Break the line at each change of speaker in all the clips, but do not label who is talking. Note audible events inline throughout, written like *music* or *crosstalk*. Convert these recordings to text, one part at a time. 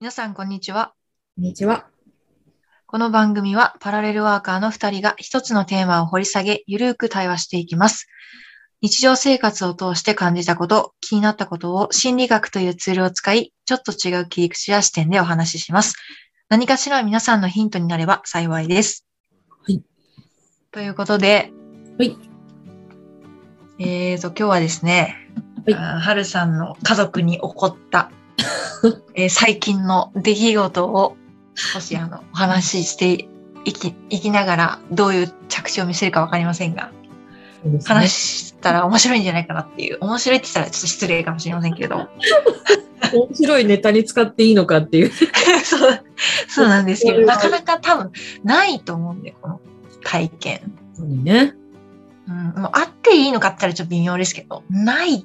皆さん、こんにちは。
こんにちは。
この番組は、パラレルワーカーの2人が一つのテーマを掘り下げ、ゆるーく対話していきます。日常生活を通して感じたこと、気になったことを心理学というツールを使い、ちょっと違う切り口や視点でお話しします。何かしら皆さんのヒントになれば幸いです。
はい。
ということで、
はい。
えーと、今日はですね、
はい
あーはるさんの家族に起こ
*laughs*
った、えー最近の出来事を少しあのお話ししていきいきながらどういう着地を見せるかわかりませんが、
そうですね
話したら面白いんじゃないかなっていう、面白いって言ったらちょっと失礼かもしれませんけど、
面白いネタに使っていいのかっていう。
*laughs* そうそうなんですけど、なかなか多分ないと思うんで、この体験。
ね。
うん、もうあっていいのかって言ったらちょっと微妙ですけど、ない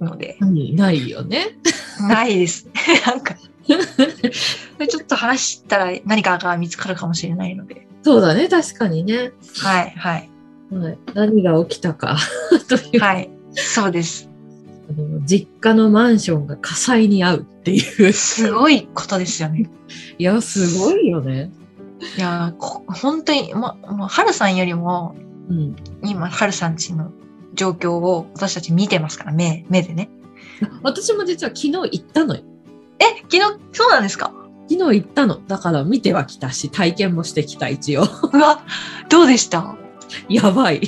の *laughs* で、
ないよね。
ないです。 *laughs* なんか、ちょっと話したら何かが見つかるかもしれないので、
そうだね、確かにね。
はい、はい、
はい、何が起きたか *laughs* という、
はい、そうです。
あの実家のマンションが火災に遭うって *laughs* いう。い
すごいことですよね。
や、すごいよね。
いやーこ本当に、ま、もう、はるさんよりも、
うん。
今、はるさんちの状況を私たち見てますから、目、目でね。
私も実は昨日行ったのよ。
え、昨日、そうなんですか
昨日行ったの。だから見てはきたし、体験もしてきた、一応。
うわ、どうでした
やばい。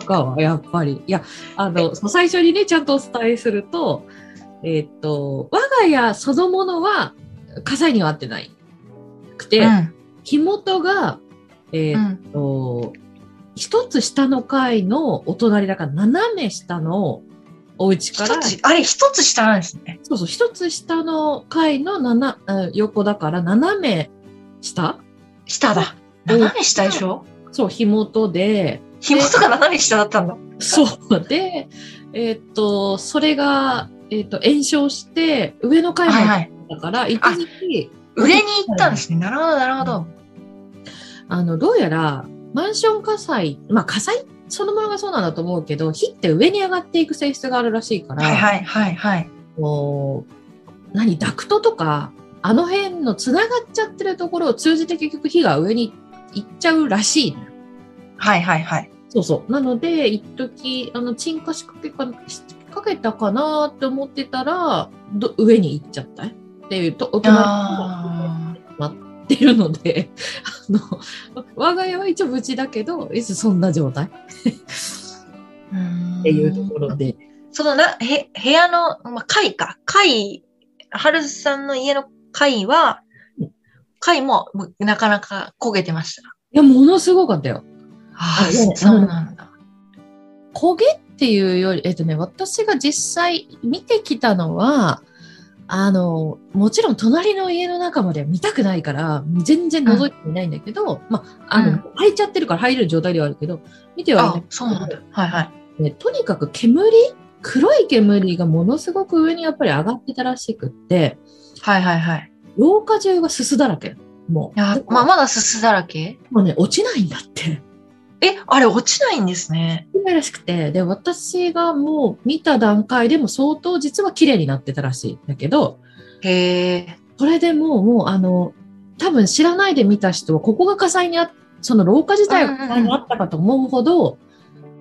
とかはやっぱり。いや、あの、そう最初にね、ちゃんとお伝えすると、えーっと、我が家そのものは火災には合ってない。くて、
うん、
火元が、え
う
ーっ
ん、
と、一つ下の階のお隣だから、斜め下のお家か
一
ら、
つ、あれ、一つ下なんですね。
そうそう、一つ下の階のななうん横だから、斜め下
下だ。
うん
斜め下でしょ
そう、火元で、
紐とか斜め下だったんだ。 *laughs*
そうで、えーっと、それが、えーっと、延焼して、上の階ま
はい
で
はい。
行ったから、一時期、
上に行ったんですね。なるほど、なるほど。
あの、どうやら、マンション火災、まあ火災そのものがそうなんだと思うけど、火って上に上がっていく性質があるらしいから、
はいはいはいはい。
もう、何、ダクトとか、あの辺の繋がっちゃってるところを通じて結局火が上に行っちゃうらしいのよ
はいはいはい。
そうそう。なので、一時あの、沈下しかけか、しかけたかなって思ってたら、ど上に行っちゃったっていうと、大人にな
あ
ってるので、あの、我が家は一応無事だけど、いつそんな状態っ
ーうーん
ていうところで。
そのな、へ、部屋の、まあ、階か。階、はるさんの家の階は
うん、
階ももうなかなか焦げてました。
いや、ものすごかったよ。
あ
あいや
そうなんだ。
焦げっていうより、えっとね、私が実際見てきたのは、あの、もちろん隣の家の中までは見たくないから、全然覗いていないんだけど、まあ、あの、
うん
開いちゃってるから入れる状態ではあるけど、見てはいない
あ、そうなんだ。はいはい。
ね、とにかく煙、黒い煙がものすごく上にやっぱり上がってたらしくって、
はいはいはい。
廊下中がすすだらけ。も。
いうや、まあ、まだすすだらけ
もうね、落ちないんだって。
え、あれ落ちないんですね。
綺麗らしくて、で、私がもう見た段階でも相当実は綺麗になってたらしいんだけど、
へえ。
それでもう、もうあの、多分知らないで見た人は、ここが火災にあその廊下自体が火災にあったかと思うほど、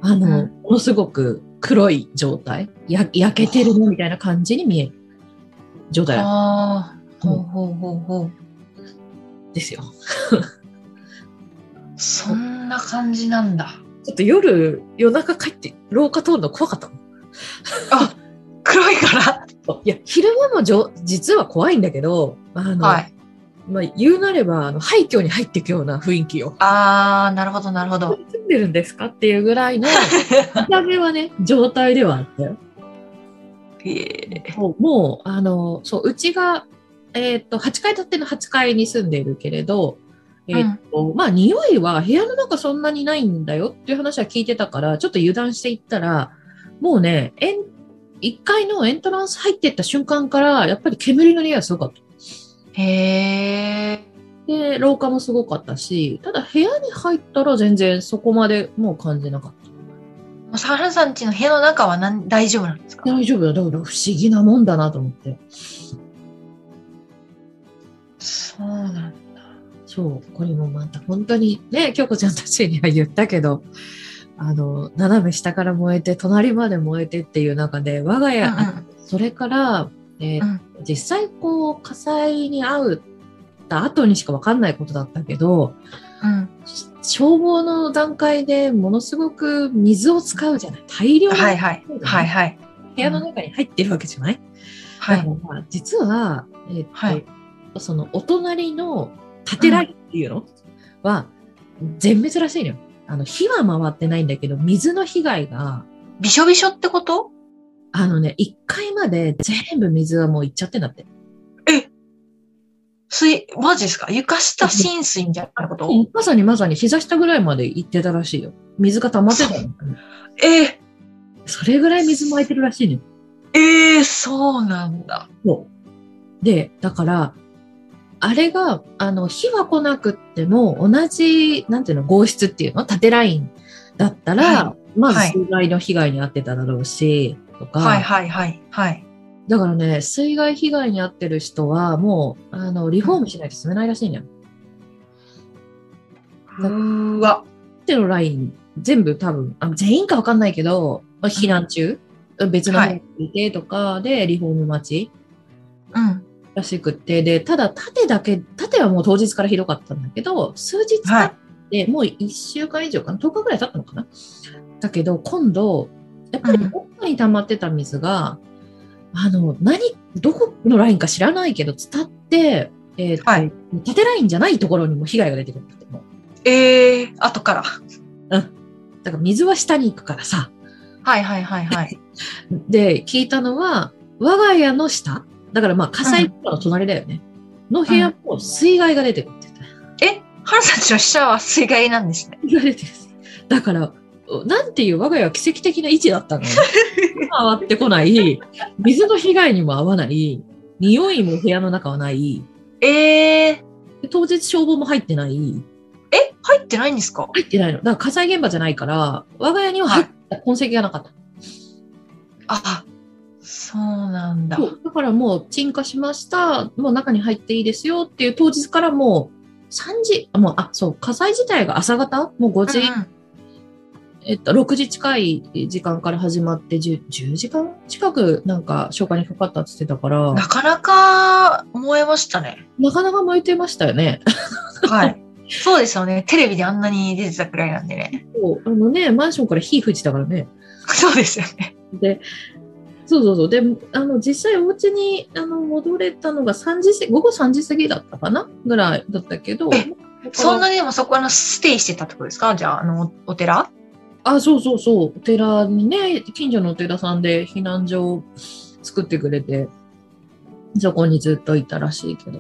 あの、
うん
ものすごく黒い状態、や焼けてるのみたいな感じに見える状態なん
ああ、
うん
ほうほうほうほう。
ですよ。
そんな感じなんだ。
ちょっと夜、夜中帰って廊下通るの怖かったもん
あ、黒いから。
いや、昼間もじょ実は怖いんだけど、あの、
はい。
まあ、言うなれば、あの、廃墟に入っていくような雰囲気を。
ああ、なるほど、なるほど。
住んでるんですかっていうぐらい *laughs* の、見た目はね、状態ではあったよ。
へえ。
もうもうあのそううちが、えー、と8階建ての8階に住んでいるけれど、えーとまあ匂いは部屋の中そんなにないんだよっていう話は聞いてたからちょっと油断していったらもうねエン1階のエントランス入ってった瞬間からやっぱり煙の匂いはすごかった。
へえ。
で廊下もすごかったしただ部屋に入ったら全然そこまでもう感じなかった。
もうサハルさん家の部屋の中はなん大丈夫なんですか
大丈夫だだから不思議なもんだなと思って。そう、これもまた本当にね、京子ちゃんたちには言ったけど、あの、斜め下から燃えて、隣まで燃えてっていう中で、我が家、
うんうん
あそれから、えー
うん
実際こう、火災に遭った後にしかわかんないことだったけど、
うん。
し消防の段階でものすごく水を使うじゃない大量の
はいはい。はいはい。
部屋の中に入ってるわけじゃない、
は
だ
い。
からまあ実は、えっと
はい
そのお隣の建てらぎっていうの、は全滅らしいのよ。あの火は回ってないんだけど水の被害が
びしょびしょってこと
あのね1階まで全部水がもういっちゃってんだって。
水、マジですか床下浸水みたいなこと
まさにまさに膝下ぐらいまで行ってたらしいよ。水が溜まってたの。
えー、
それぐらい水巻いてるらしいのよ。
えー、そうなんだ。
そう。で、だから、あれが、あの、火は来なくっても、同じ、なんていうの、合室っていうの、縦ラインだったら、
は
まず
はい
水害の被害に遭ってただろうし、とか、
はいはいはい。はい。
だからね、水害被害に遭ってる人は、もう、あの、リフォームしないと住めないらしいのよ。
うーわ。
縦のライン、全部多分、あ全員かわかんないけど、まあ避難中、別の部屋にいてとかで、リフォーム待ち
うん。
らしくって、で、ただ縦だけ、縦はもう当日からひどかったんだけど、数日
は
経
い
って、もう1週間以上かな、10日ぐらい経ったのかな。だけど、今度、やっぱり
うん
奥に溜まってた水が、あの、何、どこのラインか知らないけど、伝って、えーと
はい。
縦ラインじゃないところにも被害が出てくるんだって。もう
えー、後から。
だから水は下に行くからさ。
はいはいはいはい。
で、聞いたのは、我が家の下、だからまあ火災の隣だよね、の部屋も水害が出てくるって言ってた。
え、原さんちの下は水害なんですね。
言われてるだから、なんていう我が家は奇跡的な位置だったのよ。回ってこない、水の被害にも合わない、匂いも部屋の中はない、
えー、
で当日消防も入ってない、
え、入ってないんですか
入ってないの。だから火災現場じゃないから、我が家には入った痕跡がなかった。
あ、そうなんだ。
そうだからもう鎮火しました、もう中に入っていいですよっていう当日からもう3時、あもう、あ、そう、火災自体が朝方もう5時、
うんうん
えっと、6時近い時間から始まって 10, 10時間近くなんか消化にかかったって言ってたから、
なかなか燃えましたね。
なかなか燃えてましたよね。
はい。 *laughs* そうですよね。テレビであんなに出てたくらいなんでね。
そうあのね、マンションから火吹いてたからね。
*laughs* そうですよね。
で、そうそうそう。で、あの、実際お家にあの戻れたのが3時過ぎ、午後3時過ぎだったかなぐらいだったけど、
えそん
に
なにでもそこあのステイしてたってことですかじゃあ、あの、おお寺
あ、そうそうそう。お寺にね、近所のお寺さんで避難所を作ってくれて、そこにずっといたらしいけど。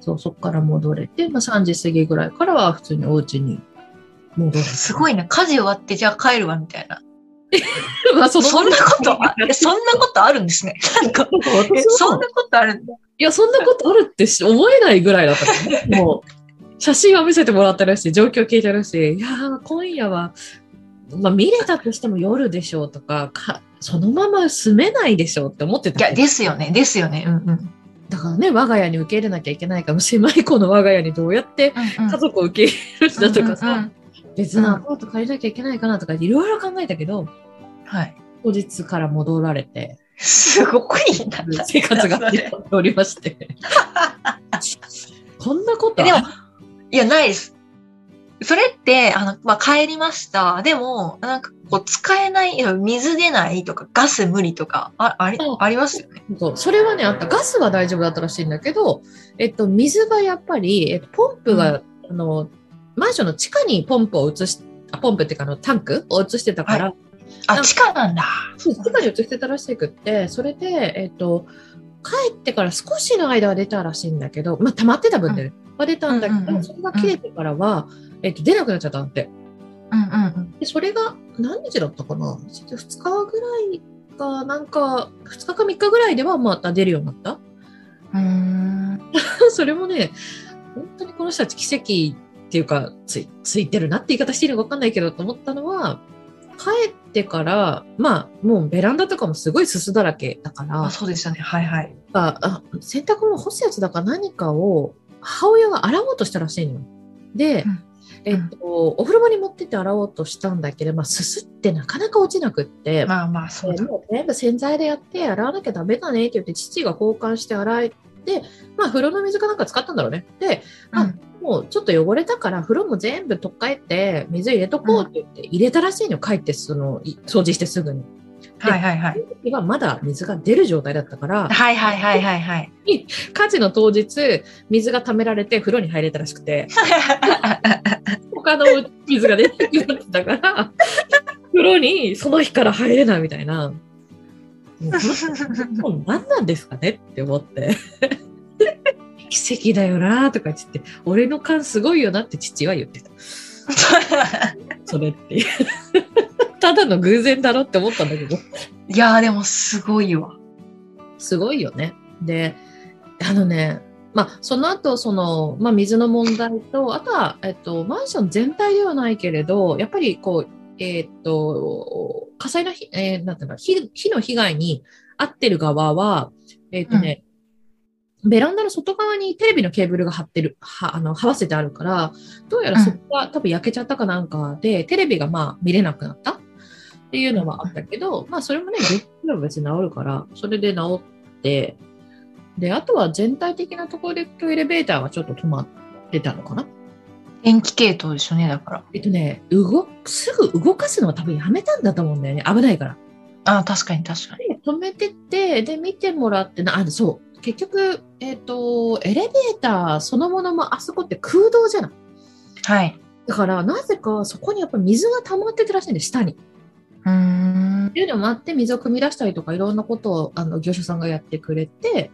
そう、そこから戻れて、まあ、3時過ぎぐらいからは普通にお家に戻る。
すごいな。家事終わって、じゃあ帰るわ、みたいな。
*laughs* まあそ
そんなこと
*laughs*
あ、え *laughs* そ
そん
んなことあるんですね。なんか、えそんなことあるんだ。
いや、そんなことあるってし思えないぐらいだったか
*laughs*
らね。もう、写真は見せてもらってるし、状況聞いてるし、いやー、今夜は、まあ、見れたとしても夜でしょうとか、かそのまま住めないでしょうって思って
い
た
や、
けど。
ですよね。ですよね。うんうん。うん
だからね、我が家に受け入れなきゃいけないから、狭い子の我が家にどうやって
うん
家族を受け入れるんだとかさ、
うんうんうん
別のアパート借りなきゃいけないかなとか、いろいろ考えたけど、
はい。
当日から戻ら
*laughs*
れて、
すごくいいな。
生活が始まっておりまして。
*laughs*
こんなことあ
えでもいや、ないです。それって、あの、まあ、帰りました。でも、なんか、こう、使えない、いや水出ないとか、ガス無理とか、あ、あり
うん、
ありますよね。
そうそれはねあったガスは大丈夫だったらしいんだけど、えっと、水がやっぱり、えっと、ポンプが、あのマンションの地下にポンプを移しあポンプっていうかあのタンクを移してたから、
あ、地下なんだ。
そう地下に移してたらしくってそれで、えっと、帰ってから少しの間は出たらしいんだけど、まあ、溜まってた分で、ねは出たんだけど、
うんうんうん
それが切れてからは、えっと、出なくなっちゃったんだって。
うんうん
でそれが何日だったかな2日ぐらいかなんか2日か3日ぐらいではまた出るようになった
うん。うーん。
*laughs* それもね、本当にこの人たち奇跡っていうか、ついついてるなって言い方していいのか分かんないけどと思ったのは、帰ってから、まあ、もうベランダとかもすごいすすだらけだから、
あ、そうですよね。はいはい。
があ洗濯物干すやつだから何かを母親が洗おうとしたらしいのよ。で、
うん
えっと、お風呂場に持ってって洗おうとしたんだけど、まあ、すすってなかなか落ちなくって、
まあまあ、そう
で
だ。
もう全部洗剤でやって洗わなきゃダメだねって言って、父が交換して洗えて、まあ、風呂の水かなんか使ったんだろうね。で、
う
あ
ん。
もうちょっと汚れたから、風呂も全部取っ替えて、水入れとこうって言って、入れたらしいのよ、帰って、その、い掃除してすぐに。
はいはいはい。
時はまだ水が出る状態だっ
*laughs*
たから、
はいはいはいはいはい。 *laughs*
火事の当日、水が溜められて風呂に入れたらしくて、他の水が出てくなってたから、風呂にその日から入れないみたいな。もうもう何なんですかねって思って。奇跡だよなとか言ってて、俺の勘すごいよなって父は言ってた。それっていう。 *laughs* ただの偶然だろって思ったんだけど。
いやーでもすごいわ。
すごいよね。で、あのね、まあ、その後、その、まあ、水の問題と、あとは、えっと、マンション全体ではないけれど、やっぱり、こう、えっと、火災のひ、えーなんていうの、火火の被害に遭ってる側は、えっとね、ベランダの外側にテレビのケーブルが張ってる、は、あの、這わせてあるから、どうやらそこが多分焼けちゃったかなんかで、テレビがまあ見れなくなったっていうのはあったけど、まあそれもね、月曜は別に治るから、それで治って、で、あとは全体的なところで今日エレベーターがちょっと止まってたのかな。
電気系統でしょね、だから。
えっとね、動く、すぐ動かすのは多分やめたんだと思うんだよね。危ないから。
あー確かに確かに。
で止めてって、で、見てもらってな、あ、そう。結局、えっ、と、エレベーターそのものもあそこって空洞じゃない。
はい。
だから、なぜかそこにやっぱ水が溜まってたらしいんで、下に。
うーん
っ。ていうのもあって、水を汲み出したりとか、いろんなことをあの業者さんがやってくれて、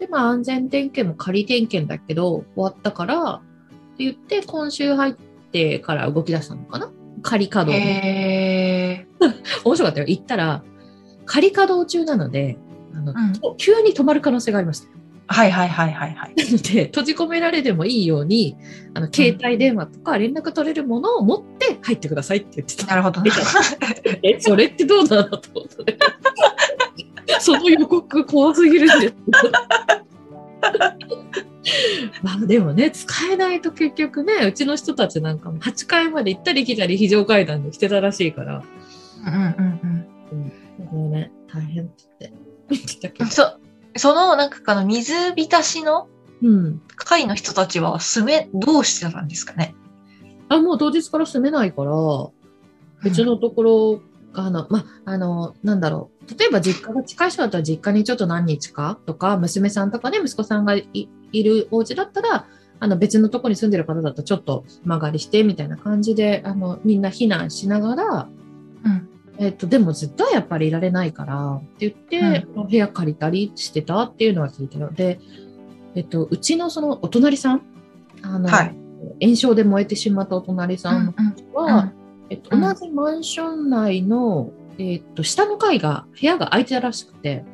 で、まあ、安全点検も仮点検だけど、終わったから、って言って、今週入ってから動き出したのかな仮稼働。
へえ。
面白かったよ。行ったら、仮稼働中なので、あの
うん
急に止まる可能性がありました。
はいはいはいはいはい。
*laughs* なので、閉じ込められてもいいように、あの携帯電話とか連絡取れるものを持って入ってくださいって言ってた。
なるほどね。
え、それってどうなのと思ったね。その予告怖すぎるん *laughs* ですけど。まあでもね、使えないと結局ね、うちの人たちなんかも8階まで行ったり来たり非常階段に来てたらしいから、
うんうん
もうね、大変って言って *laughs* 言ってたけ
う
ど
ん。。そ、その、なんかあの、水浸しの
うん。
会の人たちは住め、どうしてたんですかね。
あ、もう当日から住めないから、別のところ、あの、ま、あの、なんだろう。例えば実家が近い人だったら実家にちょっと何日かとか、娘さんとかね、息子さんがいいるお家だったら、あの別のところに住んでる方だったらちょっと間借りしてみたいな感じで、あの、みんな避難しながら、
うん。
えっと、でもずっとはやっぱりいられないからって言って、部屋借りたりしてたっていうのは聞いたので、えっと、うちのそのお隣さん、あの、
はい。
炎症で燃えてしまったお隣さんの
うん
は、えっと、
うん
同じマンション内の、えっと、下の階が、部屋が空いてたらしくて、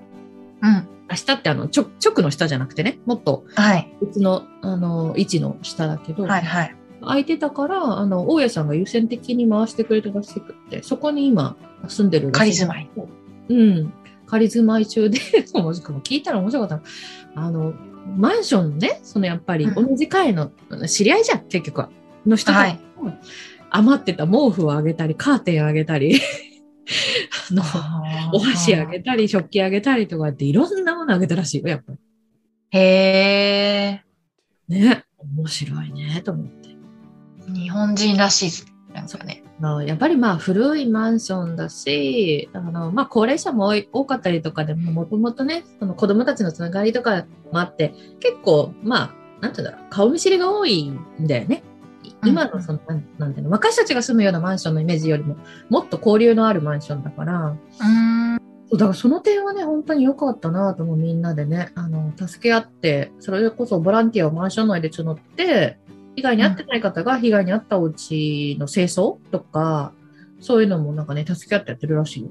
うん。
あ下ってあの、ちょ直の下じゃなくてね、もっと
はい。
別の、あの、位置の下だけど、
はいはい。
空いてたから、あの、大家さんが優先的に回してくれたらしくって、そこに今住んでるらし
仮
い
住まい。
うん。仮住まい中で、そうもしくも聞いたら面白かったの。あの、マンションのね、そのやっぱり
う
同じ階の知り合いじゃん、結局は。の人が、
はい
余ってた毛布をあげたり、カーテンあげたり、 *laughs* あの、お箸あげ
て。
たり、食器あげたりとかっていろんなものあげたらしいよ、やっぱり。
へえ。
ね。面白いね、と思って。
日本人らしいです。なんかね。
まあやっぱりまあ古いマンションだし、あのまあ、高齢者も多い多かったりとかでも、もともとね、その子供たちのつながりとかもあって、結構、まあ、なんていうんだろう、顔見知りが多いんだよね。い今のその、なんなんていうの、私たちが住むようなマンションのイメージよりも、もっと交流のあるマンションだから、
うーん。
そうだからその点はね、本当に良かったなと思う、みんなでね、あの助け合って、それこそボランティアをマンション内で募って、被害に遭ってない方が被害に遭ったお家の清掃とか、そういうのもなんかね、助け合ってやってるらしいよ。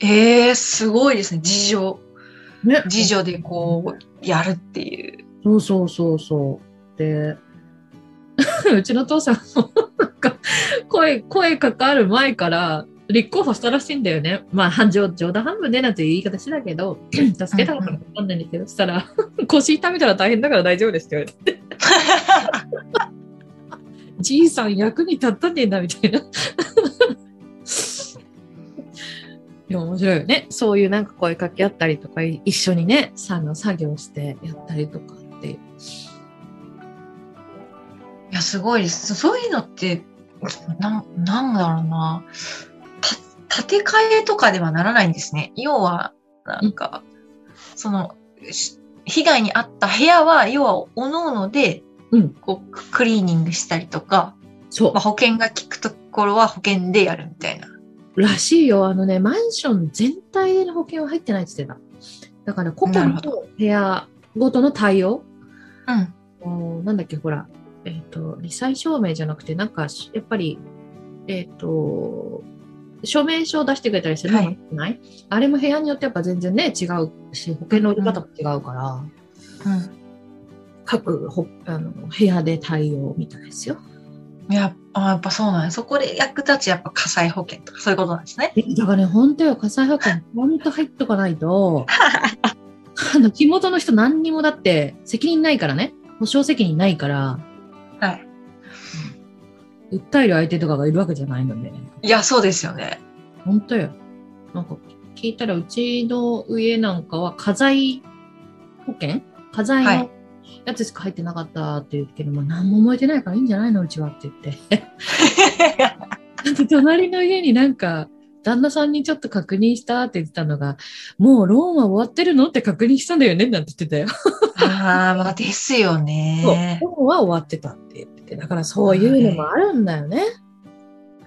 ええ、すごいですね。事情。
ね
事情でこう、やるっていう。
そうそうそうそう。 *laughs* で、うちの父さんも、なんか、声、声かかる前から、立候補したらしいんだよね。まあ、半冗冗談半分でなんていう言い方してたけ *laughs* ど、助けたのかわかんないんだけど、そしたら、 *laughs* 腰痛めたら大変だから大丈夫ですって言われて、じいさん役に立ったねんだ、みたいな。い *laughs* や、面白いよね。そういうなんか声かけあったりとか、一緒にね、さの作業してやったりとかって。
いや、すごいです。そういうのって、なん、なんだろうな。た、建て替えとかではならないんですね。要は、なんか、その、し被害に遭った部屋は、要は、おのので、
うん
こう、ククリーニングしたりとか、
そう
まあ、。保険が効くところは保険でやるみたいな。
らしいよ。あのね、マンション全体の保険は入ってないって言ってた。だから、個
なる
々
ほ
と部屋ごとの対応
うん。
おーなんだっけ、ほら、えっ、と、理災証明じゃなくて、なんか、しやっぱり、えっ、と、署名書を出してくれたりするのも
はい
ないあれも部屋によってやっぱ全然ね、違うし、保険の売り方も違うから、
うん。
各ほあの部屋で対応みたいですよ。
いや、あやっぱそうなんやそこで役立ち、やっぱ火災保険とか、そういうことなんですね。
えだからね、本当よ、火災保険、ポンと入っとかな
*laughs*
いと、あの、地元の人何にもだって、責任ないからね、保証責任ないから、
はい。
訴える相手とかがいるわけじゃないので、
いや、そうですよね。
本当よ。なんか、聞いたら、うちの家なんかは火災保険火災
は
の
い
やつしか入ってなかったって言うけど、もう何も燃えてないからいいんじゃないの、うちはって言って。だって *laughs* 隣の家になんか、旦那さんにちょっと確認したって言ってたのが、もうローンは終わってるのって確認したんだよねなんて言ってたよ。
ああ、まあ、ですよ
そう
ね。
ローンは終わってたって言ってて、だからそういうのもあるんだよね。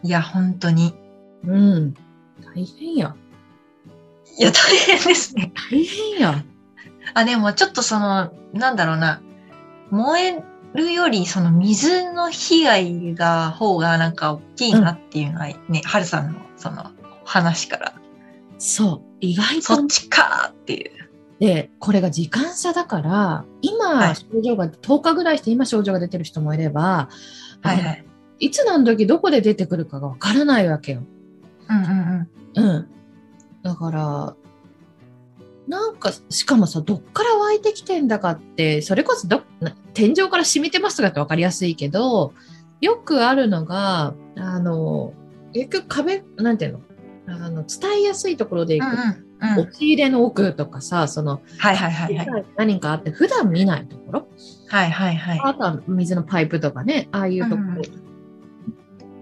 いや、本当に。
うん。大変や。
いや、大変ですね。
大変や。
あ、でもちょっとその、なんだろうな、燃えるより、その水の被害が、方がなんか大きいなっていうのはね、はるさんのその話から、
そう。意外
そ
と
っちかーっていう。
で、これが時間差だから、
は
今、
い
症状が、10日ぐらいして今症状が出てる人もいれば、
はいはい。
いつ何時どこで出てくるかがわからないわけよ。
うんうんうん。
うん。だから、なんか、しかもさ、どっから湧いてきてんだかって、それこそど、な天井から染みてますとかってわかりやすいけど、よくあるのが、あの、結局壁、なんていうのあの、伝えやすいところで
うん
行
う
く。
んうん
押。し入れの奥とかさ、その、
はいはいはいはい。
何かあって、普段見ないところ、
はいはいはい。
あとは水のパイプとかね、ああいうとこ
うん
ろ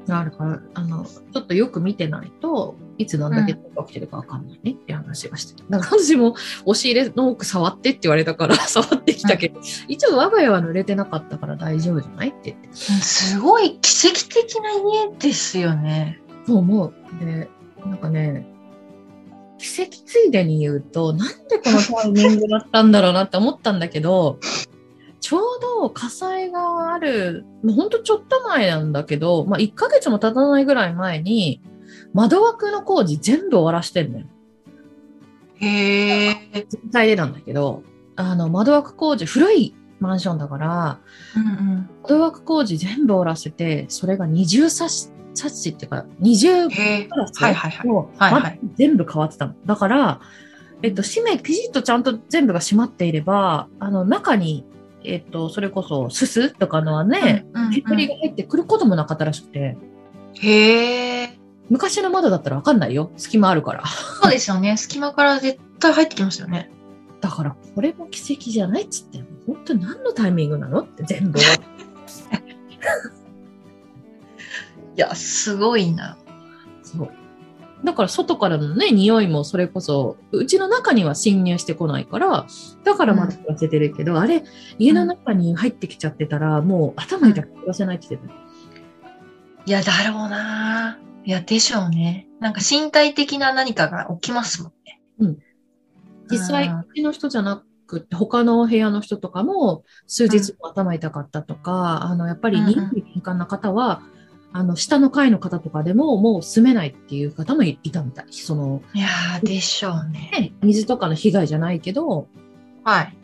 があるから、あの、ちょっとよく見てないといつ何だけ起きてるかわかんないねって話はしてた。だから私も押し入れの奥触ってって言われたから *laughs* 触ってきたけど、一応我が家は濡れてなかったから大丈夫じゃないって言って。
すごい奇跡的な家ですよね。
そう思う。で、なんかね、奇跡ついでに言うと、なんでこのタイミングだったんだろうなって思ったんだけど、ちょうど火災がある、もうほんとちょっと前なんだけど、まあ1ヶ月も経たないぐらい前に、窓枠の工事全部終わらしてんのよ。
へえ。
全体でなんだけど、あの窓枠工事、古いマンションだから、
うんうん。
窓枠工事全部終わらせて、それが二重サッシ、サッシっていうか、二重
へえ
プラス
はいはいはい
もう
はいはい
ま全部変わってたの。だから、えっと、締め、ピシッとちゃんと全部が閉まっていれば、あの、中に、えっと、それこそ、すすとかのはね、
うんうんうん
煙が入ってくることもなかったらしくて、
へえ。
昔の窓だったらわかんないよ。隙間あるから。
そうですよね。隙間から絶対入ってきますよね。
だから、これも奇跡じゃないっつって、本当何のタイミングなのって全部。
いや、すごいな。
そう。だから外からのね、匂いもそれこそ、うちの中には侵入してこないから、だからまだ暮らせてるけど、あれ、家の中に入ってきちゃってたら、もう頭痛くて暮らせないって言ってた。
いや、だろうな。いや、でしょうね。なんか身体的な何かが起きますもんね。
実際、
うん
うちの人じゃなくて、他の部屋の人とかも、数日も頭痛かったとか、あの、やっぱり
うんうん
人気敏感な方は、あの、下の階の方とかでも、もう住めないっていう方もいいたみたい。その、
いやー、でしょうね。
ね、水とかの被害じゃないけど、
はい。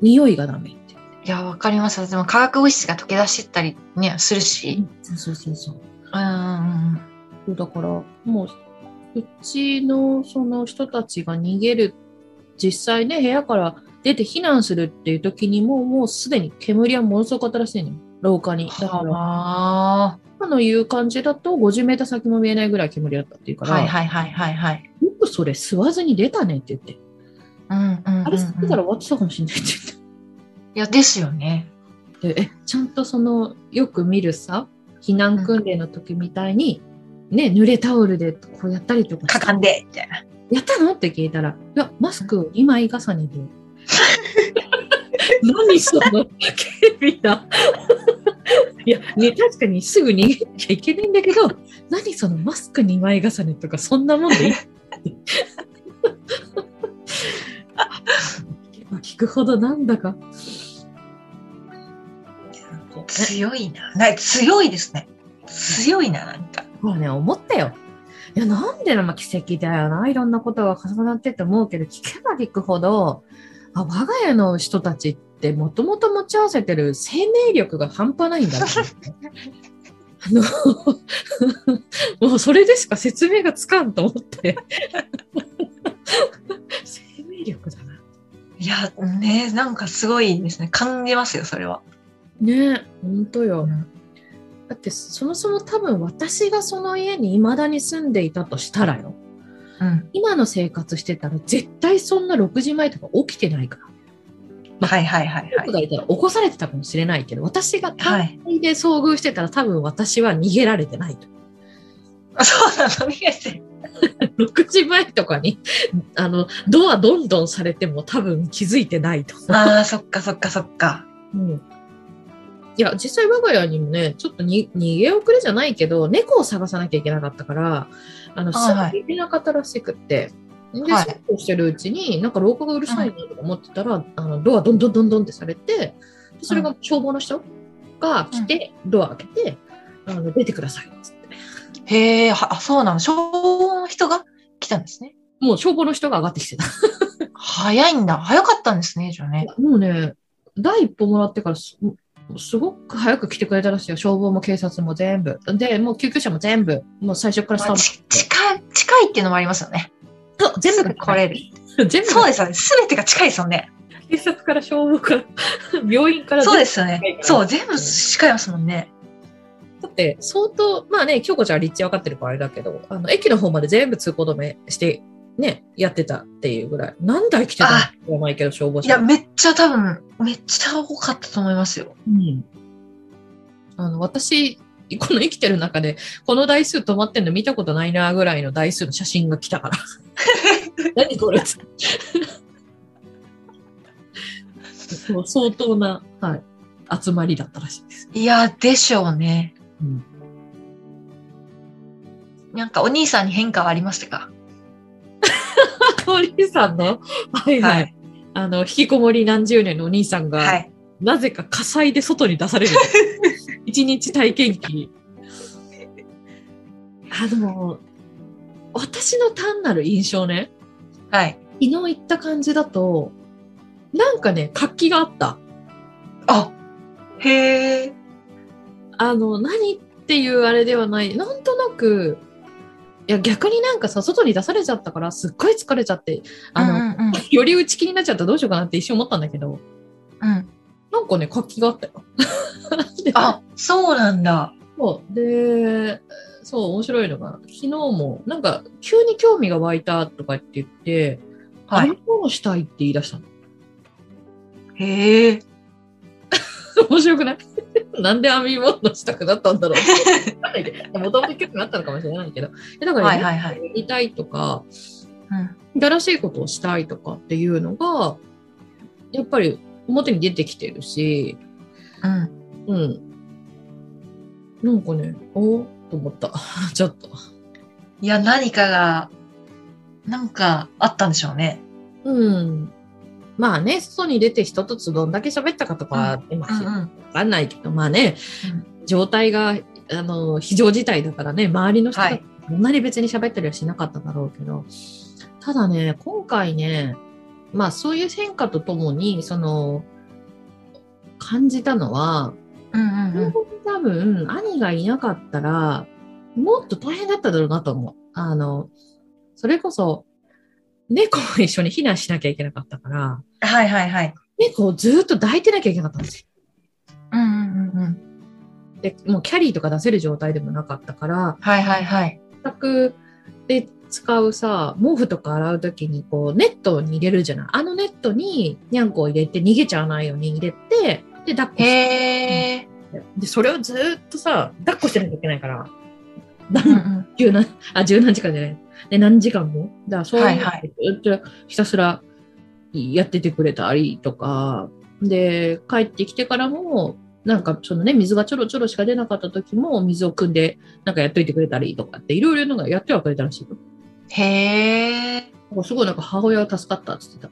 匂いがダメって。
いや、わかります。でも化学物質が溶け出してったりね、するし。
そうそうそうそう。
うんうんうん。
そうだから、もう、うちのその人たちが逃げる、実際ね、部屋から出て避難するっていう時にも、もうすでに煙はものすごく新しいの、廊下に。だから、
は
今の言う感じだと、50メーター先も見えないぐらい煙だったっていう
あ
から、
はいはいはいはいはい。
よくそれ吸わずに出たねって言って、
うんうんうんうん
あれ吸ってたら終わってたかもしれないって言って。
いや、ですよね。
でえちゃんとそのよく見るさ避難訓練の時みたいに、ね濡れタオルでこうやったりとかして
かかんでみたいな。
やったのって聞いたら「いやマスクを2枚重ねで」 *laughs* 何その警備だ *laughs* いや、ね、確かにすぐ逃げなきゃいけないんだけど何そのマスク2枚重ねとかそんなもんでいい *laughs* 聞けば聞くほどなんだか
強いな。な強いですね。強いな、なんか。
もうね、思ったよ。いや、なんでな、まあ、奇跡だよな。いろんなことが重なってって思うけど、聞けば聞くほど、あ、我が家の人たちってもともと持ち合わせてる生命力が半端ない *laughs* んだな。あ *laughs* の、もうそれでしか説明がつかんと思って。生命力だな。
いや、ね、なんかすごいですね。感じますよ、それは。
ねえ、ほんとよ。
うん
だって、そもそも多分私がその家に未だに住んでいたとしたらよ。
うん。
今の生活してたら絶対そんな6時前とか起きてないから。
はいはいはいは
僕
い。
がいたら起こされてたかもしれないけど、私が
は
単
い。
体で遭遇してたら多分私は逃げられてないと。 *laughs*
あそうなの、見えて。
6時前とかに、あの、ドアどんどんされても多分気づいてないと。
ああ、そっかそっかそっか。
うんいや、実際我が家にもね、ちょっとに逃げ遅れじゃないけど、猫を探さなきゃいけなかったから、あの、す
あはい
ぐ行けなかったらしくって、で、
はい
そうこうしてるうちに、なんか廊下がうるさいなとか思ってたら、あの、ドアどんどんどんどんってされて、でそれが消防の人が来て、ドア開けて、あの、出てください、つって。
へえ、はあ、そうなの。消防の人が来たんですね。
もう消防の人が上がってきてた。
早いんだ。早かったんですね、じゃあね。
もうね、第一歩もらってからす、すごく早く来てくれたらしいよ。消防も警察も全部。で、もう救急車も全部。もう最初からスタ
まあ
ー
ち近い、近いっていうのもありますよね。
ト。そう全部
来れる。
る。 *laughs* 全部
そうですよね。すべてが近いですよね。
警察から消防から、 *laughs* 病院から。。
そうですすよね。そう、全部近いですもんね。
だって、相当、まあね、京子ちゃんは立地分かってるからあれだけど、あの、駅の方まで全部通行止めして、ね、やってたっていうぐらい。何台来てたのか知らないけど、消防
いや、
車。
めっちゃ多分、めっちゃ多かったと思いますよ。
うん。あの、私、この生きてる中で、この台数止まってんの見たことないなぐらいの台数の写真が来たから。
*laughs*
何これ *laughs* そう相当な、はい、集まりだったらしいです。
いや、でしょうね。
うん
なんかお兄さんに変化はありましたか
お兄さんの、はいはい、
はい。
あの、引きこもり何十年のお兄さんが、
はい。
なぜか火災で外に出される。一日体験記。あの、私の単なる印象ね、
はい。
昨日行った感じだと、なんかね、活気があった。
あへえ。
あの、何っていうあれではない。なんとなく、いや、逆になんかさ、外に出されちゃったから、すっごい疲れちゃって、あの、
うんうん
より内気になっちゃったらどうしようかなって一瞬思ったんだけど、
うん。うん。
なんかね、活気があったよ。 *laughs*
あ、そうなんだ。
そう。で、そう、面白いのが、昨日も、なんか、急に興味が湧いたとかって言って、
は
あ
い。
のものしたいって言い出したの。 *laughs*
へえ。
面白くない *laughs* なんで編み物したくなったんだろうって
*laughs*
わかんないけど。もともと興味があったのかもしれないけど。えだから、
はいはいはい。
やりたいとか、
うん。
新しいことをしたいとかっていうのが、やっぱり表に出てきてるし、
うん。
うん。なんかね、おーと思った。 *laughs* ちょっと。
いや、何かが、なんかあったんでしょうね。
うん。まあね、外に出て人とつどんだけ喋ったかとか、今、
うん
わ
うん。
かんないけど、まあね、状態が、あの、非常事態だからね、周りの人
は
が
い
そんなに別に喋ったりはしなかっただろうけど、ただね、今回ね、まあそういう変化とともに、その、感じたのは、
うんうんうん。
多分、兄がいなかったら、もっと大変だっただろうなと思う。あの、それこそ、猫も一緒に避難しなきゃいけなかったから、
はいはいはい。
猫をずっと抱いてなきゃいけなかったんですよ。
うんうんうんうん。
で、もうキャリーとか出せる状態でもなかったから、
はいはいはい。
宅で使うさ、毛布とか洗うときに、こう、ネットに入れるじゃない。あのネットに、にゃんこを入れて、逃げちゃわないように入れて、で、抱っこして。
へえ。
で、それをずっとさ、抱っこしてなきゃいけないから、
うんうん。
十何、あ、十何時間じゃない。で、何時間も。だから、そう
はいいうは
のずっとひたすらやっててくれたりとか、で、帰ってきてからも、なんかそのね、水がちょろちょろしか出なかった時も、水を汲んで、なんかやっといてくれたりとかって、いろいろなんかやってはくれたらしいよ。
へえ。
なんかすごいなんか母親は助かったって言ってた。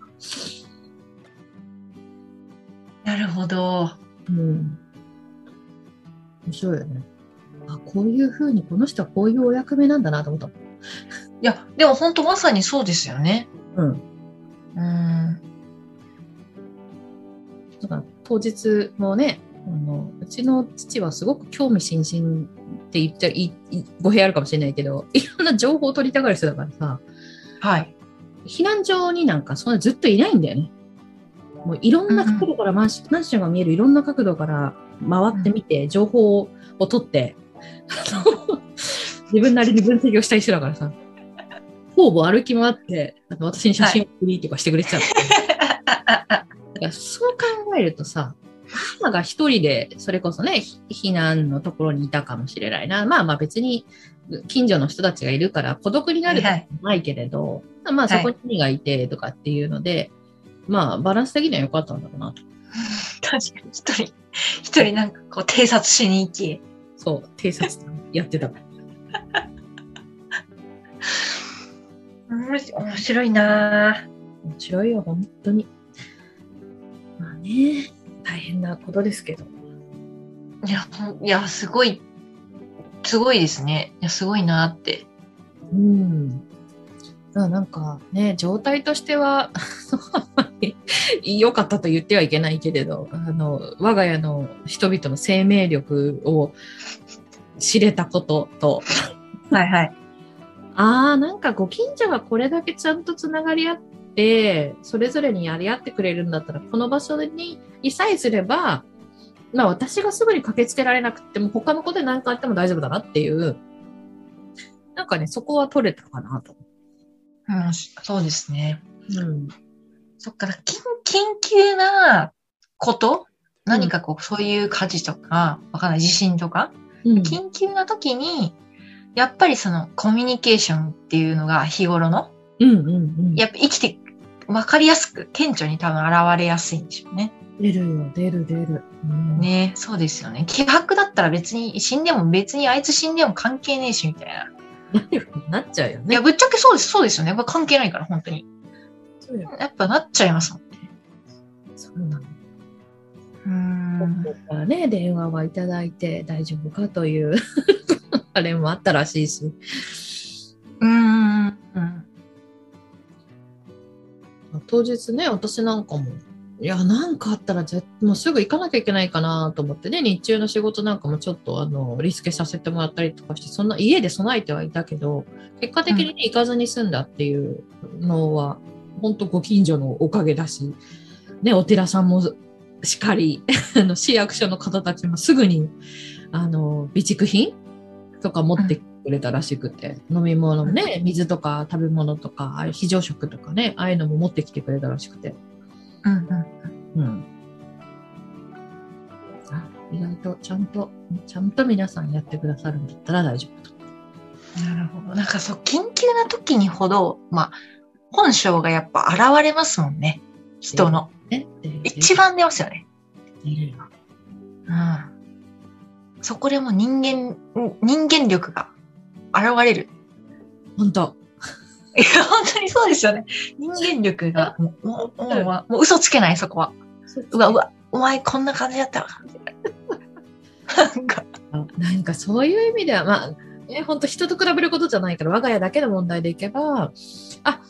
なるほど。
うん。面白いよね。あ、こういう風に、この人はこういうお役目なんだなと思った。
いや、でも本当まさにそうですよね。
うん。
うん。
だから当日もねあのうちの父はすごく興味津々って言ったらいい語弊あるかもしれないけど *laughs* いろんな情報を取りたがる人だからさ
はい。
避難所になんかそんなずっといないんだよね。もういろんな角度からマンシ,、マンションが見えるいろんな角度から回ってみて情報を取って、あの自分なりに分析をしたい人だからさほぼ歩き回ってあの私に写真を送りとかしてくれてたの。だからそう考えるとさ、母が一人で、それこそね、ひ避難のところにいたかもしれないな。まあまあ別に、近所の人たちがいるから孤独になることもないけれど、まあそこに兄がいてとかっていうので、まあバランス的には良かったんだろうなと。
確かに一人、一人なんかこう偵察しに行き。
そう、偵察やってた。
うん面白いなぁ
*laughs* 面白いよ、本当に。まあね、大変なことですけど。
いや、ほんいや、すごい、すごいですね。いや、すごいなぁって。
うん。だからなんかね、状態としては、 *laughs* あんまり良かったと言ってはいけないけれど、あの、我が家の人々の生命力を知れたことと、
はいはい。
ああ、なんかご近所がこれだけちゃんとつながり合って、それぞれにやり合ってくれるんだったら、この場所にいさえすれば、まあ私がすぐに駆けつけられなくても、他の子で何かあっても大丈夫だなっていう、なんかね、そこは取れたかなと。
うん、そうですね。
うん
そっから、緊緊急なこと何かこう、そういう火事とか、わかんない、地震とか、
うん
緊急な時に、やっぱりそのコミュニケーションっていうのが日頃の、
うんうんうん。
やっぱ生きて、わかりやすく、顕著に多分現れやすいんでしょうね。
出るよ、出る出る。うん
ねそうですよね。気迫だったら別に死んでも別にあいつ死んでも関係ねえしみたいな。
なるよ *laughs* なっちゃうよ
い
ね
や、。ぶっちゃけそうです、そうですよね。これ関係ないから、本当に。
そうよ
やっぱなっちゃいますもんね。
そうなの。
うーん。
僕からね、電話はいただいて大丈夫かという、 *laughs* あれもあったらしいし。
うーん。うん
当日ね、私なんかも、いや、なんかあったら絶、もうすぐ行かなきゃいけないかなと思ってね、日中の仕事なんかもちょっと、あの、リスケさせてもらったりとかして、そんな家で備えてはいたけど、結果的にね、行かずに済んだっていうのは、ほんとご近所のおかげだし、ね、お寺さんもしっかり、 *laughs* あの、市役所の方たちもすぐに、あの、備蓄品とか持ってくれたらしくて、飲み物もね、水とか食べ物とか、ああいう非常食とかね、ああいうのも持ってきてくれたらしくて。
うんうん。
うん。あ、意外とちゃんと、ちゃんと皆さんやってくださるんだったら大丈夫と。
なるほど。なんかそう、緊急な時にほど、まあ、本性がやっぱ現れますもんね。人の。
ね。っていう
一番出ますよね。
いいな
うんそこでもう人間、人間力が現れる。
本当。
いや、本当にそうですよね。人間力が、もう、もう、もうもう嘘つけない、そこは。うわ、うわ、お前こんな感じだったわ。みたいななんか、
なんかそういう意味では、まあ、ね、本当人と比べることじゃないから、我が家だけの問題でいけば、あ、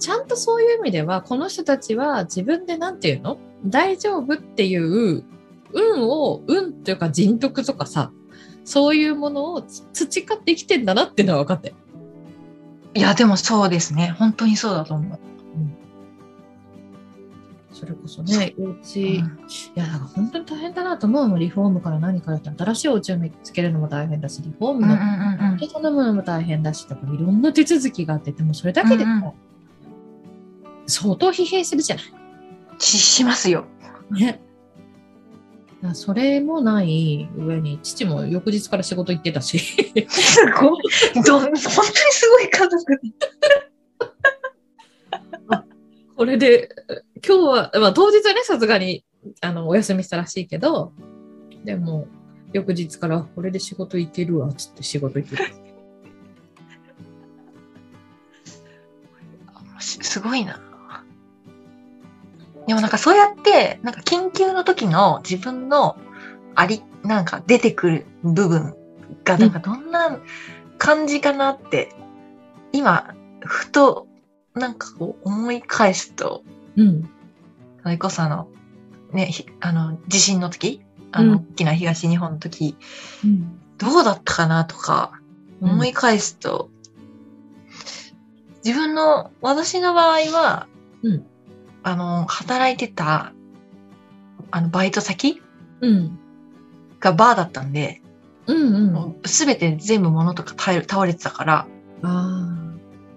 ちゃんとそういう意味では、この人たちは自分でなんていうの大丈夫っていう、運を、運というか人徳とかさ、そういうものを培ってきてんだなっていうのは分かって。
いや、でもそうですね。本当にそうだと思う。
それこそね、お家、
う
い
ん
や、だから本当に大変だなと思うの。リフォームから何からって、新しいお家を見つけるのも大変だし、リフォーム
うんうん
の
うんうん
で頼むのも大変だしとかいろんな手続きがあってでもそれだけでも相当疲弊するじゃない。
ししますよ。
ね、だからそれもない上に父も翌日から仕事行ってたし *laughs*
すごい。ど本当にすごい家族。
これで今日は、まあ、当日はねさすがにあのお休みしたらしいけどでも翌日からこれで仕事行けるわっつって仕事行ってた。
すすごいな。でもなんかそうやって、なんか緊急の時の自分のあり、なんか出てくる部分がなんかどんな感じかなって、今、ふとなんかこう思い返すと、
うん
それこそあの、ね、ひあの、地震の時、あの、
うん
大きな東日本の時、
うん
どうだったかなとか、
うん
思い返すと、自分の、私の場合は、
うん
あの、働いてた、あの、バイト先
うん
がバーだったんで、
うんうん
すべ、て全部物とか倒れ倒れてたから、
あ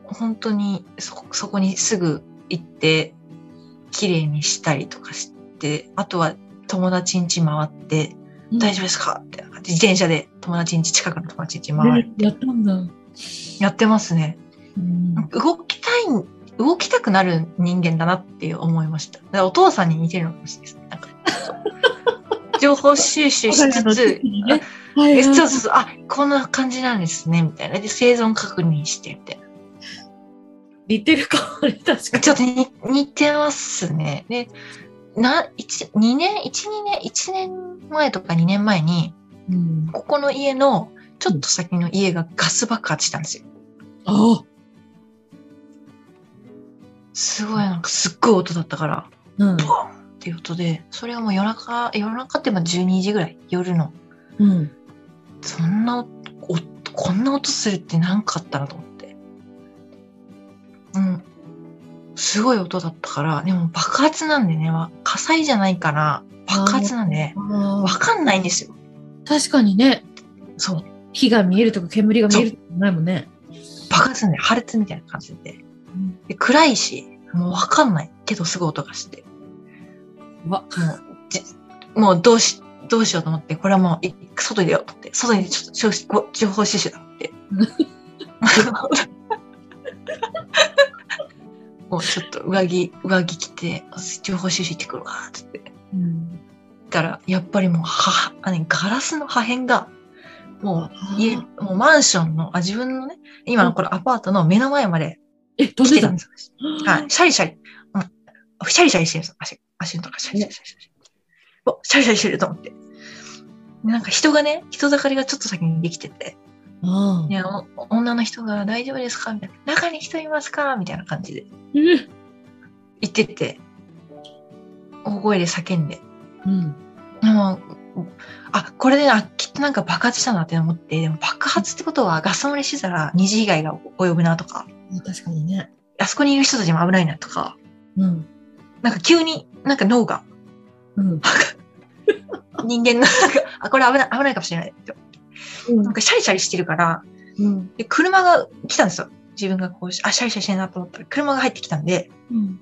本当にそ、そこにすぐ行って、綺麗にしたりとかして、あとは友達ん家回って、
ー
大丈夫ですかって感じ、自転車で友達ん家、近くの友達ん家回る。
ねやったんだ。
やってますね。
うん
動きたい、動きたくなる人間だなって思いました。だからお父さんに似てるのかもしれないです。なんか
*laughs*
情報収集しつつ、
ね
えそうそうそう、あ、こんな感じなんですね、みたいな。で、生存確認して、みたいな。
似てるかもね、確かに。
ちょっとに似てますね。で、な、一、二年、一、二年、一年前とか二年前に、
うん、
ここの家の、ちょっと先の家がガス爆発したんですよ。
ああ、
すごい、なんかすっごい音だったから。
うん
ボーンっていう音で、それはもう夜中、夜中ってまあ12時ぐらい、夜の。
うん、
そんな音、おこんな音するってなんかあったなと思って。うん。すごい音だったから、でも爆発なんでね、わ火災じゃないから、爆発なんで、
あ
わ
あ
かんないんですよ。
確かにね、
そう。
火が見えるとか煙が見えるとかないもんね。
爆発なんで、破裂みたいな感じで。で暗いし、もうわかんないけど、すごい音がして。
わ、
もうどうし、どうしようと思って、これはもうい、外に出ようと思って、外にちょっと情報情報収集だ
*laughs*
って。もうちょっと上着、上着着て、情報収集行ってくるわ、つって。
うん、
たら、やっぱりもう、は、あね、ガラスの破片が、も
あ
う、家、
ー
もうマンションの、あ、自分のね、今のこれアパートの目の前まで
え、どう
来
してて
た
た
んです。はい。シャリシャリ。うん。シャリシャリしてるんですよ。足、足のとかシャリシャリシャリシャリ。お、シャリシャリしてると思って。でなんか人がね、人だかりがちょっと先にできてて、
あ
いや、お女の人が大丈夫ですかみたいな。中に人いますかみたいな感じで
ー
言ってて、大声で叫んで。
うん、
でも、あ、これで、あ、きっとなんか爆発したなって思って、でも爆発ってことはガス漏れしてたら二次被害が及ぶなとか、
確かにね。
あそこにいる人たちも危ないなとか、
うん、
なんか急になんか脳が
うん、
人間の *laughs* なんか、あ、これ危ない、危ないかもしれないって。なんかシャリシャリしてるから、
うん、
で、車が来たんですよ。自分がこうし、あ、シャリシャリしてるなと思ったら、車が入ってきたんで、
うん、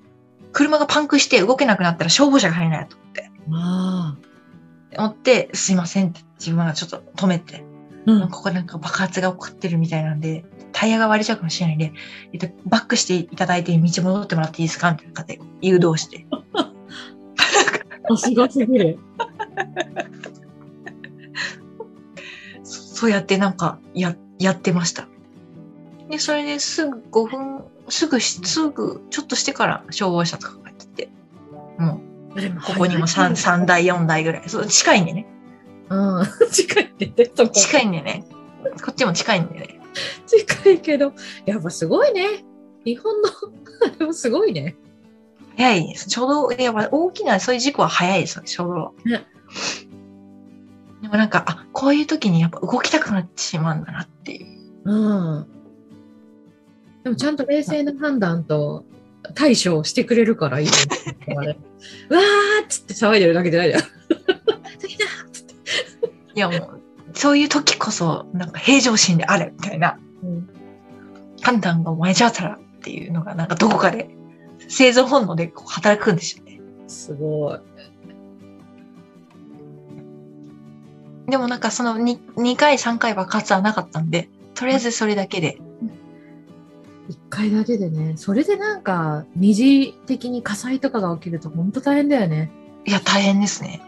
車がパンクして動けなくなったら消防車が入れないと思って。
あ
思って、すいませんって自分はちょっと止めて、
あ、う
ここなんか爆発が起こってるみたいなんで、タイヤが割れちゃうかもしれないんで、えっと、バックしていただいて道戻ってもらっていいですかみたいな感じで誘導して。
ん、すごすぎる。
そそうやってなんか、や、やってました。で、それですぐ5分、すぐし、すぐ、ちょっとしてから消防車とかが来て、も
でも
う、ここにも 3, 3台、4台ぐらい。そう、近いんでね。
うん、 *laughs* 近いってね、そこ
近いんでね。こっちも近いんでね。
近いけど、やっぱすごいね。日本の、 *laughs* あれもすごいね。
早いです。ちょうど、やっぱ大きな、そういう事故は早いですよ、ちょうど。でもなんか、あ、こういう時にやっぱ動きたくなってしまうんだなっていう。
うん。でもちゃんと冷静な判断と対処をしてくれるからいいよね。 *laughs* わーっつって騒いでるだけじゃないじゃん。次だっつって。
いやもう、そういう時こそ、なんか平常心であれみたいな判断がお前じゃあたらっていうのが、なんかどこかで生存本能でこう働くんでしょうね。
すごい。
でもなんかその 2, 2回3回爆発はなかったんで、とりあえずそれだけで。
一回だけでね。それでなんか、二次的に火災とかが起きると本当大変だよね。
いや、大変ですね。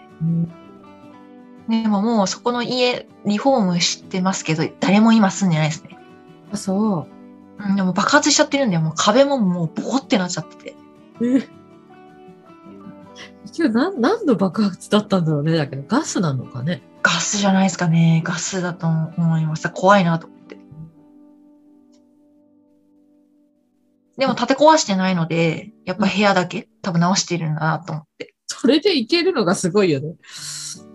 でももうそこの家、リフォームしてますけど、誰も今住んでないですね。
あ、そ
うんでも爆発しちゃってるんで、もう壁ももうボコってなっちゃってて。
う。え今日何何の爆発だったんだろうね。だけど、ガスなのかね。
ガスじゃないですかね。ガスだと思いました。怖いなと思って。でも建て壊してないので、やっぱ部屋だけ多分直してるんだなと思って。
それでいけるのがすごいよね。
い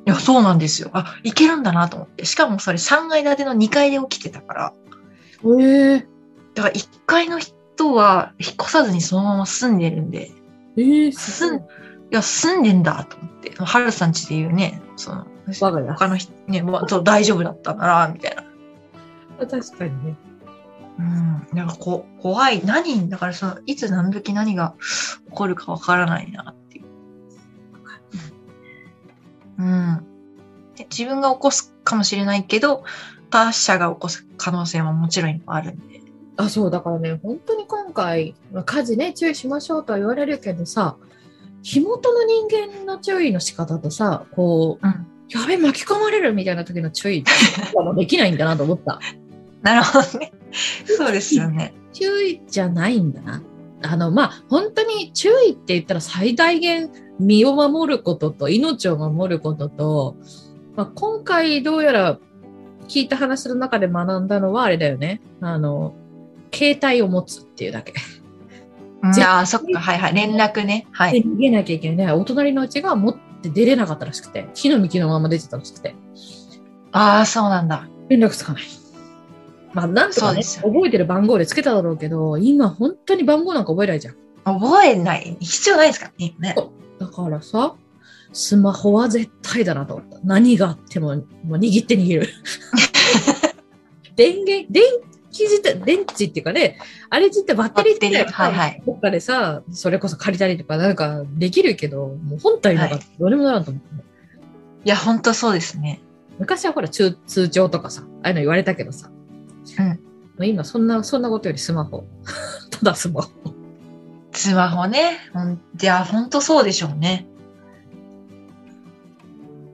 や、そうなんですよ。あ、いけるんだなと思って。しかもそれ3階建ての2階で起きてたから。
ええ
だから1階の人は引っ越さずにそのまま住んでるんで。
ええ
すん、いや、住んでんだと思って、ハルさんちで言うね、その、
我が家
他の人、ね、まあ、そう大丈夫だったなら、みたいな。
確かにね。
うん、なんかこ怖い。何、だからその、いつ何時何が起こるかわからないなっていう。うん。で自分が起こすかもしれないけど、他者が起こす可能性ももちろん今あるんで。
あ、そう、だからね、本当に今回、まあ火事ね、注意しましょうとは言われるけどさ、火元の人間の注意の仕方とさ、こう、
うん
やべ、巻き込まれるみたいな時の注意ができないんだなと思った。
なるほど *laughs* ね。そうですよね。
注意じゃないんだな。あの、まあ、本当に注意って言ったら最大限身を守ることと命を守ることと、まあ、今回どうやら聞いた話の中で学んだのはあれだよね。あの、携帯を持つっていうだけ。
じゃあ、そっか、はいはい。連絡ね。はい。
で逃げなきゃいけない。お隣のうちが持って出れなかったらしくて、火の幹のまま出てたらしくて、
ああ、そうなんだ。
連絡つかない。まあ、なんと
そ
か
うで
ね、
すよね
覚えてる番号でつけただろうけど、今本当に番号なんか覚えないじゃん。
覚えない。必要ないですからね。ね
だからさ、スマホは絶対だなと思った。何があっても、もう握って握
*laughs*
る。電源、電気自体、電池っていうかね、あれ自体バッテリーって、
バッテリーはいはい
どっかでさ、それこそ借りたりとかなんかできるけど、もう本体なんかどうにもならんと思った、
いや、ほんとそうですね。
昔はほら通、通帳とかさ、ああいうの言われたけどさ。
うん
もう今、そんな、そんなことよりスマホ。 *laughs* ただスマホ。
スマホね。ほんいや、ほんとそうでしょうね。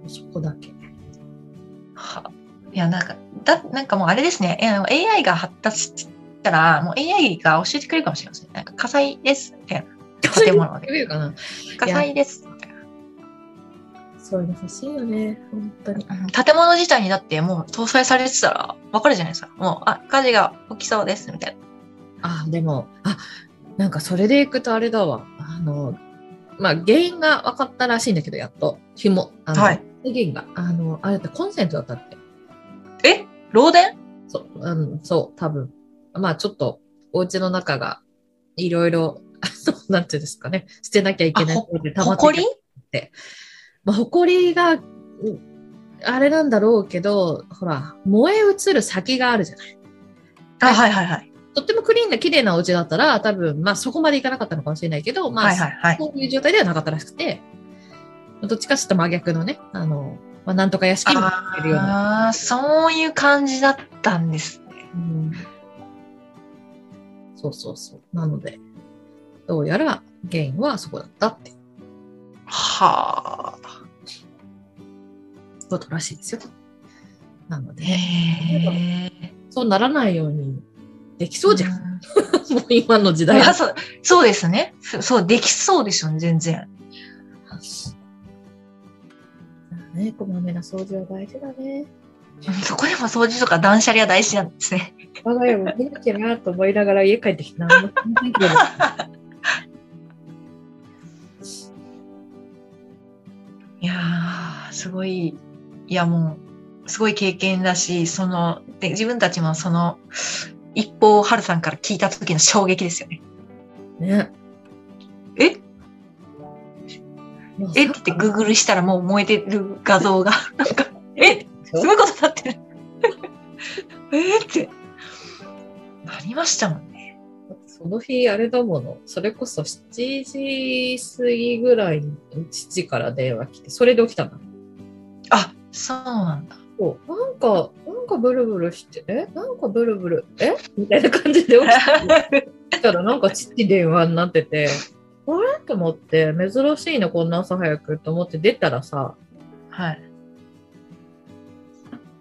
そこだけ。
はいや、なんか、だ、なんかもうあれですね。いや AI が発達したら、もう AI が教えてくれるかもしれません。なんか火災です。みたいな。建物で。
言うかな。
火災です。みたいな
そういうの欲しいよね。本当に。
うん建物自体にだってもう搭載されてたらわかるじゃないですか。もう、あ、火事が起きそうです。みたいな。
あ、でも、あ、なんかそれでいくとあれだわ。あの、まあ、原因が分かったらしいんだけど、やっと。紐。あの
はい。
原因が。あの、あれだってコンセントだったって。
え漏電
そう、あのそう、多分。まあ、ちょっと、お家の中が、いろいろ、 *laughs* あのなんていうんですかね、捨てなきゃいけない
あほ
ので溜まってた
誇り
まあ、埃が、うんあれなんだろうけど、ほら、燃え移る先があるじゃない。
あ、はいはいはい。
とってもクリーンな、綺麗なお家だったら、多分、まあ、そこまでいかなかったのかもしれないけど、まあ、
はいはいはい。
そういう状態ではなかったらしくて、どっちかっていうと真逆のね、あの、まあ、なんとか屋敷になってるような。
ああ、そういう感じだったんですね。
うんそうそうそう。なので、どうやら原因はそこだったって
はあ。
ことらしいですよ。なので、
へえ。
そうならないようにできそうじゃん。
ん。
*laughs* もう今の時代
まあそうそうですね。そそう、できそうですよね、全然。
ね、こまめな掃除は大事だね。
*laughs* そこでも掃除とか断捨離は大事なんですね。
我が家も見なきゃなと思いながら家帰ってきた。何も考えてない
いやー、すごいいやもう、すごい経験だし、その、で自分たちもその、一報をハルさんから聞いた時の衝撃ですよね。
ね。
え
まあ
えってグーグルしたらもう燃えてる画像が、なんか、えすごいことになってる。えって、なりましたもんね。
その日、あれだもの、それこそ7時過ぎぐらいに父から電話来て、それで起きたんだ。
あ、そうなん *laughs* だ。
そうなんか、なんかブルブルして、えなんかブルブル、えみたいな感じで起きて起きたら、なんか父電話になってて、あれと思って、珍しいな、こんな朝早くと思って出たらさ、
はい。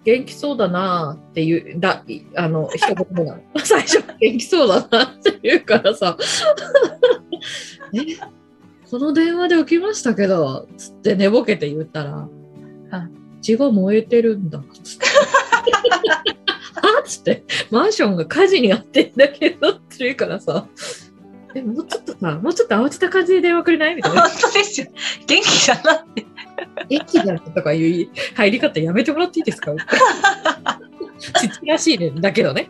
元気そうだなっていう、だ、いあの、一言目なの。 *laughs* 最初、元気そうだなって言うからさ、 *laughs* えこの電話で起きましたけど、つって寝ぼけて言ったら
あ、
血が燃えてるんだ、つって。 *laughs* はつって、マンションが火事にあってんだけどって言うからさ、え、もうちょっとさ、もうちょっと慌てた感じで電話くれないみたい
本
な。
当ですよ。元気だなって。
駅だとかいう入り方やめてもらっていいですか父らしいね、だけどね。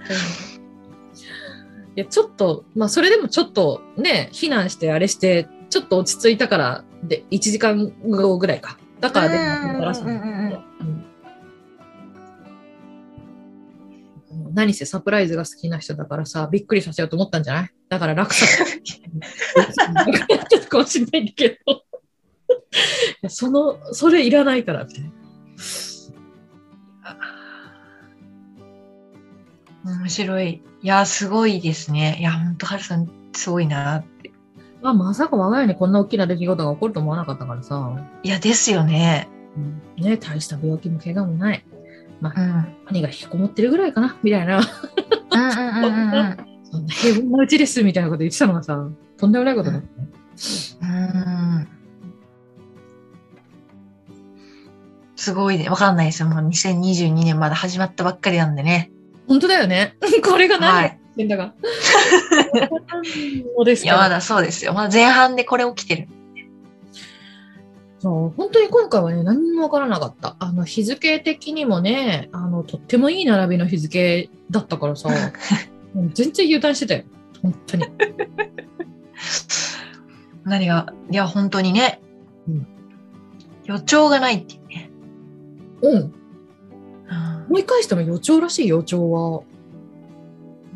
うんいや、ちょっと、まあ、それでもちょっとね、避難してあれして、ちょっと落ち着いたから、で、1時間後ぐらいか。だからでも、らしいんだけど
うんうんうん
うん何せサプライズが好きな人だからさ、びっくりさせようと思ったんじゃないだから *laughs* 落差ちょっとかもしれないんだけど。いやその、それいらないから、みたいな。
面白い。いや、すごいですね。いや、本当ハルさん、すごいな。
まあ、まさか我が家にこんな大きな出来事が起こると思わなかったからさ、
いや、ですよね。
ね、大した病気も怪我もない。
うん。うん
兄が引きこもってるぐらいかな、みたいな。
うんうんうんうん。
そんな平凡なうちです、みたいなこと言ってたのがさ、とんでもないことだったね。
うーんすごいね。わかんないですよ。もう2022年まだ始まったばっかりなんでね。
本当だよね。 *laughs* これが
は
何 *laughs*
い。
だが。そうです
いや、ま
か。
だそうですよ。まだ前半でこれ起きてる。
そう本当に今回はね、何にもわからなかった。あの、日付的にもね、あの、とってもいい並びの日付だったから *laughs* さ、もう全然油断してたよ。本当に。
何が、いや、本当にね。
うん
予兆がないっていうね。
うん。
うん
思い返しても予兆らしい予兆は、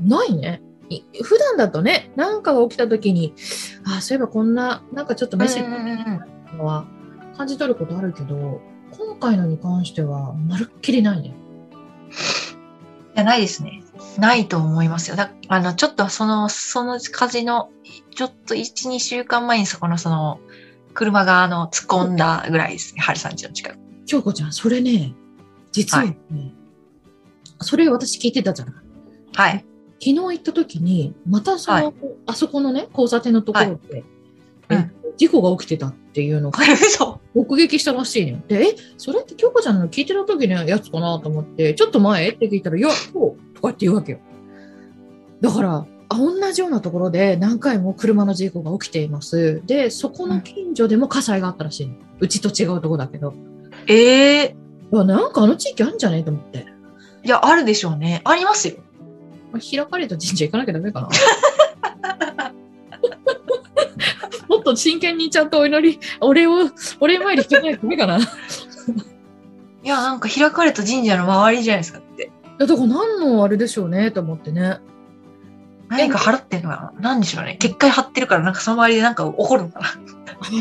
ないね。い普段だとね、なんかが起きた時に、ああ、そういえばこんな、なんかちょっとメッセージ
うんうんうん
とかは感じ取ることあるけど、今回のに関しては、まるっきりないね。
じゃないですね。ないと思いますよ。だあの、ちょっとその、その風の、ちょっと1、2週間前にそこのその、車があの、突っ込んだぐらいですね。春さんちの近く。
京子ちゃん、それね、実はね、それ私聞いてたじゃない。
はい。
昨日行った時に、またその、
はい
あそこのね、交差点のところで、
うん
え事故が起きてたっていうのが
これ嘘。
目撃したらしいね。で、え、それって京子ちゃんの聞いてる時のやつかなと思って、ちょっと前って聞いたら、いや、そうとかって言うわけよ。だから、あ同じようなところで何回も車の事故が起きています。で、そこの近所でも火災があったらしいの。うちと違うとこだけど。
ええ
うわなんかあの地域あるんじゃねえと思って。
いや、あるでしょうね。ありますよ。
開かれた神社行かなきゃダメかな。もっと真剣にちゃんとお祈り、お礼を、お礼参りしてないとダメかな。
いや、なんか開かれた神社の周りじゃないですかって。
だから何のあれでしょうねと思ってね。
何か払ってんのかな何でしょうね。結界張ってるから、なんかその周りでなんか起こるのかな。
あ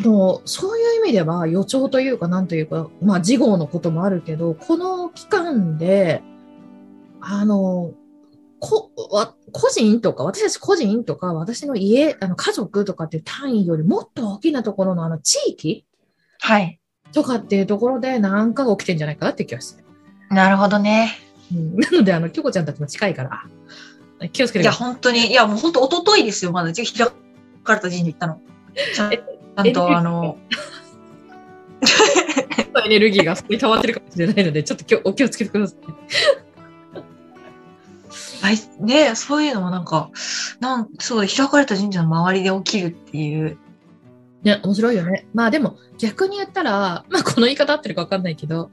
の、そういう意味では予兆というかなんというか、まあ事後のこともあるけど、この期間で、あの、こわ個人とか、私たち個人とか、私の家、あの家族とかっていう単位よりもっと大きなところのあの地域
はい。
とかっていうところで何かが起きてんじゃないかなって気がする。
なるほどね。
うん、 *laughs* なので、あの、京子ちゃんたちも近いから、気をつけ
い
て
や、
ください。
本当に。いや、もう本当一昨日ですよ、まだ。開かれた神社行ったの。ちゃんちゃんと、あの、
エネルギーがそこに溜まってるかもしれないので、ちょっときょお気をつけてください。
あいね、そういうのもなんか、なんそう、開かれた神社の周りで起きるっていう、 *laughs*
ね、面白いよね。まあでも逆に言ったら、まあこの言い方合ってるか分かんないけど、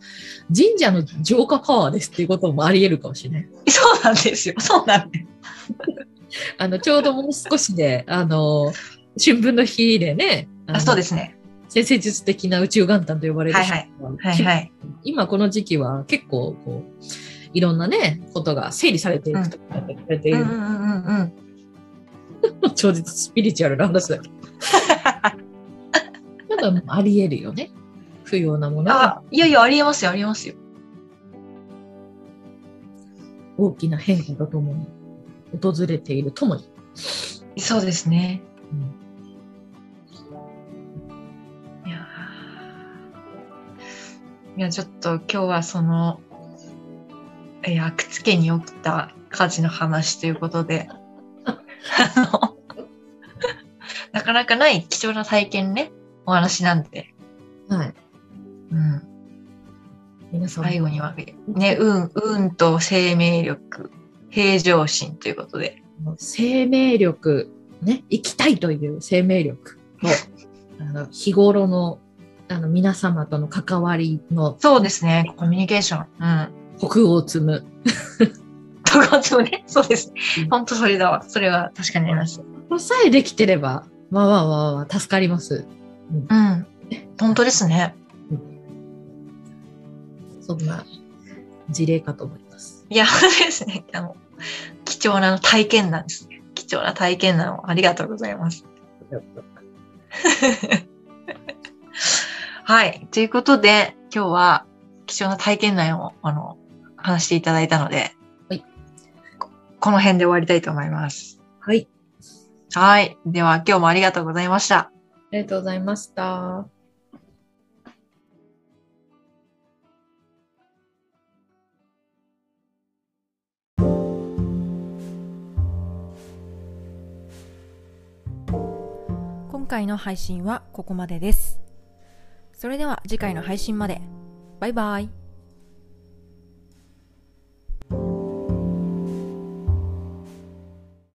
神社の浄化パワーですっていうこともあり得るかもしれない。
そうなんですよ。そうなんです。
あの、ちょうどもう少しで、あの、春分の日でね、。
あ、そうですすね。
先生術的な宇宙元旦と呼ばれる、
はいはいはいはい。
今この時期は結構こう、いろんなね、ことが整理されていくとか、されていうる
んうんうんうんうん。
超絶スピリチュアルな話だけ
*laughs*
ど。なんかあり得るよね。不要なものが
あ、いやいや、ありえますよ、ありえますよ。
大きな変化とともに訪れているともに。
そうですね。
うん
いやーいやちょっと今日はそのいやくつけに起きた火事の話ということであのなかなかない貴重な体験ねお話なんで、
はい。
うん、
皆さんも
最後にはね運運と生命力平常心ということで
生命力、ね、生きたいという生命力と、あの日頃のあの皆様との関わりの
そうですねコミュニケーションうん
コクを積む。
とかつもねそうです
うん
本当それだわそれは確かにあります
これさえできてれば、まあまあまあまあ、助かります。
うん本当ですね
そんな事例かと思います。
いや、そうですね。あの、貴重な体験談ですね。貴重な体験談をありがとうございます。はい。ということで、今日は貴重な体験談を、あの、話していただいたので、
はい
こ。この辺で終わりたいと思います。
はい。
はい。では、今日もありがとうございました。
ありがとうございました。
今回の配信はここまでです。それでは次回の配信まで。バイバイ。